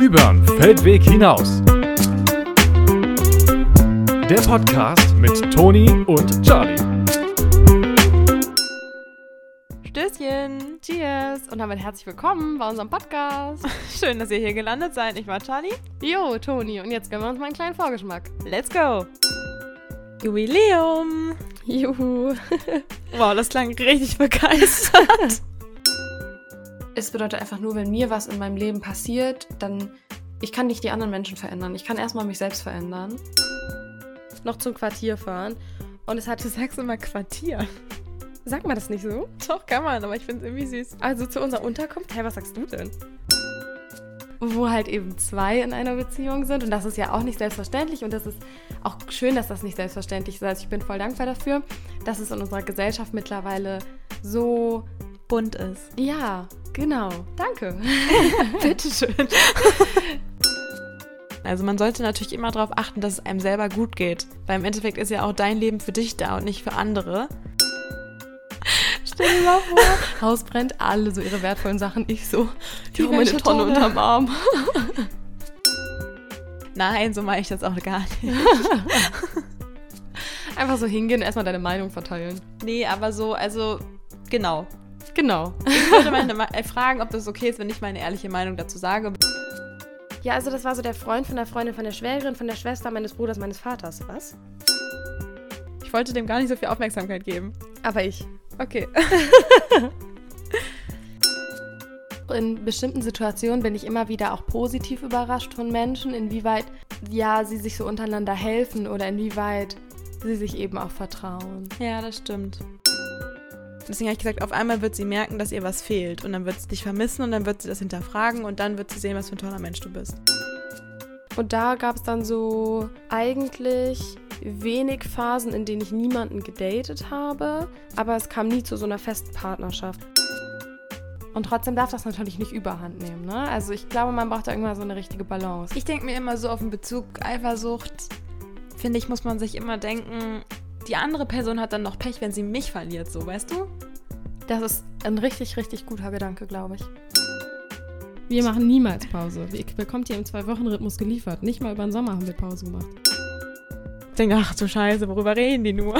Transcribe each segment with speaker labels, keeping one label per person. Speaker 1: Übern Feldweg hinaus. Der Podcast mit Toni und Charlie.
Speaker 2: Stößchen.
Speaker 3: Cheers und damit herzlich willkommen bei unserem Podcast.
Speaker 2: Schön, dass ihr hier gelandet seid. Ich war Charlie.
Speaker 3: Jo, Toni, und jetzt gönnen wir uns mal einen kleinen Vorgeschmack.
Speaker 2: Let's go. Jubiläum.
Speaker 3: Juhu.
Speaker 2: Wow, das klang richtig begeistert.
Speaker 3: Es bedeutet einfach nur, wenn mir was in meinem Leben passiert, dann ich kann nicht die anderen Menschen verändern. Ich kann erstmal mich selbst verändern. Noch zum Quartier fahren. Und es hat,
Speaker 2: Du sagst immer Quartier.
Speaker 3: sag mal das nicht so?
Speaker 2: Doch, kann man, aber ich finde es irgendwie süß.
Speaker 3: Also zu unserer Unterkunft,
Speaker 2: Hey, was sagst du denn?
Speaker 3: wo halt eben zwei in einer Beziehung sind. Und das ist ja auch nicht selbstverständlich. Und das ist auch schön, dass das nicht selbstverständlich ist. Also ich bin voll dankbar dafür, dass es in unserer Gesellschaft mittlerweile so
Speaker 2: Bunt ist.
Speaker 3: Ja, genau. Danke.
Speaker 2: Bitteschön. Also man sollte natürlich immer darauf achten, dass es einem selber gut geht. Weil im Endeffekt ist ja auch dein Leben für dich da und nicht für andere.
Speaker 3: Stell dir mal vor. Haus brennt, alle so ihre wertvollen Sachen. Ich so,
Speaker 2: Die
Speaker 3: die meine
Speaker 2: welche
Speaker 3: Tonne
Speaker 2: Tonne?
Speaker 3: unterm Arm.
Speaker 2: Nein, so mache ich das auch gar nicht.
Speaker 3: Einfach so hingehen, erstmal deine Meinung verteilen.
Speaker 2: Nee, aber so, also genau.
Speaker 3: Genau.
Speaker 2: Ich würde meine Ma- äh, fragen, ob das okay ist, wenn ich meine ehrliche Meinung dazu sage.
Speaker 3: Ja, also das war so der Freund von der Freundin, von der Schwägerin, von der Schwester meines Bruders, meines Vaters. Was?
Speaker 2: Ich wollte dem gar nicht so viel Aufmerksamkeit geben.
Speaker 3: Aber ich.
Speaker 2: Okay.
Speaker 3: In bestimmten Situationen bin ich immer wieder auch positiv überrascht von Menschen, inwieweit ja sie sich so untereinander helfen oder inwieweit sie sich eben auch vertrauen.
Speaker 2: Ja, das stimmt. Deswegen habe ich gesagt, auf einmal wird sie merken, dass ihr was fehlt. Und dann wird sie dich vermissen und dann wird sie das hinterfragen und dann wird sie sehen, was für ein toller Mensch du bist.
Speaker 3: Und da gab es dann so eigentlich wenig Phasen, in denen ich niemanden gedatet habe, aber es kam nie zu so einer festen Partnerschaft. Und trotzdem darf das natürlich nicht überhand nehmen, ne? Also ich glaube, man braucht da irgendwann so eine richtige Balance.
Speaker 2: Ich denke mir immer so auf den Bezug Eifersucht, finde ich, muss man sich immer denken, die andere Person hat dann noch Pech, wenn sie mich verliert, so, weißt du?
Speaker 3: Das ist ein richtig, richtig guter Gedanke, glaube ich. Wir machen niemals Pause. Ihr bekommt hier im Zwei-Wochen-Rhythmus geliefert. Nicht mal über den Sommer haben wir Pause gemacht.
Speaker 2: Ich denke, ach du Scheiße, worüber reden die nur?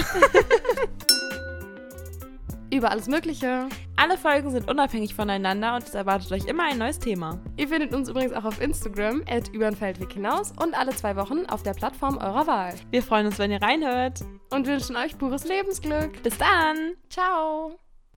Speaker 3: Über alles Mögliche.
Speaker 2: Alle Folgen sind unabhängig voneinander und es erwartet euch immer ein neues Thema.
Speaker 3: Ihr findet uns übrigens auch auf Instagram, at über den Feldweg hinaus und alle zwei Wochen auf der Plattform eurer Wahl.
Speaker 2: Wir freuen uns, wenn ihr reinhört.
Speaker 3: und wünschen euch pures Lebensglück.
Speaker 2: Bis dann!
Speaker 3: Ciao!